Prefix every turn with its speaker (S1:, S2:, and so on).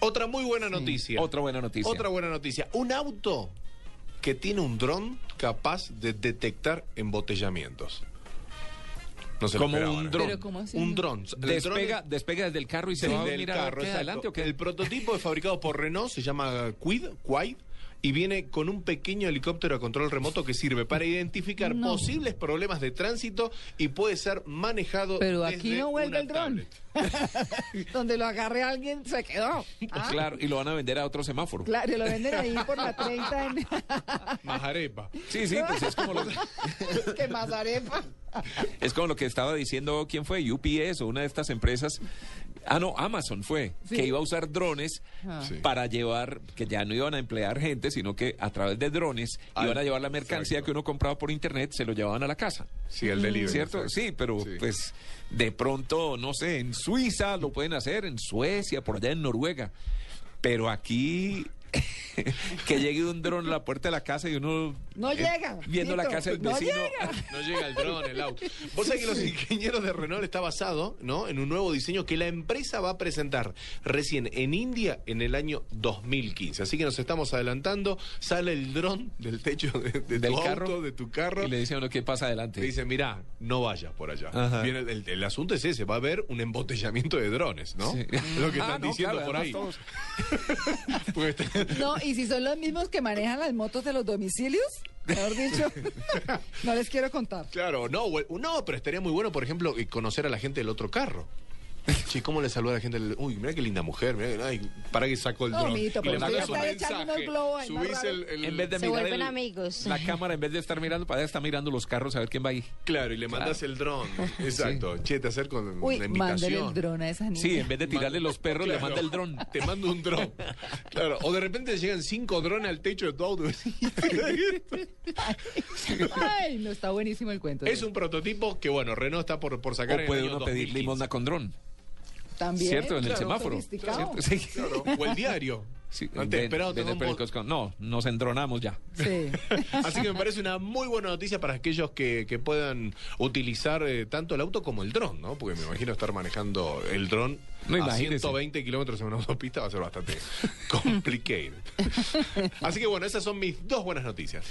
S1: Otra muy buena noticia.
S2: Otra buena noticia.
S1: Otra buena noticia. Un auto que tiene un dron capaz de detectar embotellamientos. No se lo
S2: Como
S1: esperaban,
S2: un
S1: ¿eh?
S2: dron.
S3: Pero ¿cómo así?
S1: Un dron. El dron
S2: Despega,
S1: es-
S2: despega desde el carro y se
S1: Sí,
S2: va a
S1: del
S2: mirar a ver
S1: carro,
S2: qué hay
S1: exacto.
S2: adelante o qué.
S1: El prototipo es fabricado por Renault, se llama Quid, Quaid, y viene con un pequeño helicóptero a control remoto que sirve para identificar
S3: No.
S1: posibles problemas de tránsito y puede ser manejado
S3: Pero aquí
S1: desde
S3: no vuelve
S1: una
S3: el dron.
S1: tablet.
S3: Donde lo agarre alguien se quedó. Ah,
S2: Claro, y lo van a vender a otro semáforo.
S3: Claro, lo venden ahí por la 30 en...
S1: Majarepa.
S2: Sí, sí, pues es como lo,
S3: que más arepa.
S2: es como lo que estaba diciendo, ¿quién fue? UPS o una de estas empresas. Ah, no, Amazon fue,
S3: Sí.
S2: que iba a usar drones
S3: Ah.
S1: Sí.
S2: para llevar, que ya no iban a emplear gente, sino que a través de drones
S1: Al-
S2: iban a llevar la mercancía
S1: Exacto.
S2: que uno compraba por internet, se lo llevaban a la casa.
S1: Sí, el delivery.
S2: ¿Cierto?
S1: exacto.
S2: Sí, pero pues de pronto, no sé, en Suiza lo pueden hacer, en Suecia, por allá en Noruega. Pero aquí que llegue un dron a la puerta de la casa y uno
S3: No llega,
S2: Eh, viendo la
S3: Tito,
S2: casa del
S3: no
S2: vecino.
S3: llega.
S1: No llega el dron, el auto. Vos sabés que los ingenieros de Renault está basado ¿no? en un nuevo diseño que la empresa va a presentar recién en India en el año 2015. Así que nos estamos adelantando. Sale el dron del techo de, de
S2: Del
S1: tu
S2: carro.
S1: auto, de tu carro.
S2: Y le dice a uno qué pasa adelante.
S1: Te dice, mirá, no vayas por allá.
S2: Ajá.
S1: Viene el, el- el asunto es ese, va a haber un embotellamiento de drones, ¿no?
S2: Sí.
S1: Lo que
S2: Ah,
S1: están
S2: no,
S1: diciendo
S2: claro,
S1: por
S2: además
S1: ahí.
S2: todos-
S1: Porque está-
S3: No, y si son los mismos que manejan las motos de los domicilios, mejor dicho, no les quiero contar.
S1: Claro, no, güey. no, pero estaría muy bueno, por ejemplo, eh, conocer a la gente del otro carro. Che, ¿cómo le saluda a la gente? del- Uy, mira qué linda mujer. mirá que- ay, para que sacó el
S3: No,
S1: dron.
S3: amiguito,
S1: Y le
S2: pero
S1: mandás
S2: usted
S1: un
S3: está echando
S1: mensaje.
S3: unos globos ahí, más
S1: Subís
S3: raro.
S1: el, el-
S2: En vez de
S4: Se
S2: mirar
S4: vuelven
S2: el-
S4: amigos.
S2: la cámara, en vez de estar mirando para allá, está mirando los carros a ver quién va ahí.
S1: Claro, y le mandas el dron. Exacto. Che, te acerco con
S3: Uy,
S1: una invitación.
S3: mándale el dron a esa niña.
S2: Mm, Sí, en vez de tirarle los perros, le
S1: Claro.
S2: manda el dron.
S1: Te mando un dron. Claro. O de repente llegan cinco drones al techo de tu auto.
S3: Ay, no está buenísimo el cuento.
S1: es un prototipo que, bueno, Renault está por, por sacar en
S2: O
S1: el
S2: puede
S1: año
S2: uno pedir
S1: 2015.
S2: limosna con dron.
S3: También,
S2: ¿Cierto? En el
S3: claro,
S2: semáforo.
S3: sofisticado.
S2: ¿Cierto? Sí.
S1: Claro. O el diario.
S2: Sí,
S1: Antes
S2: ven-
S1: esperado
S2: ven
S1: tener
S2: el
S1: un
S2: periódico
S1: bol-
S2: con- No, nos endronamos ya.
S3: Sí.
S1: Así que me parece una muy buena noticia para aquellos que, que puedan utilizar eh, tanto el auto como el dron, ¿no? Porque me imagino estar manejando el dron
S2: No,
S1: a
S2: imagínese.
S1: 120 kilómetros en una autopista va a ser bastante complicated. Así que bueno, esas son mis dos buenas noticias.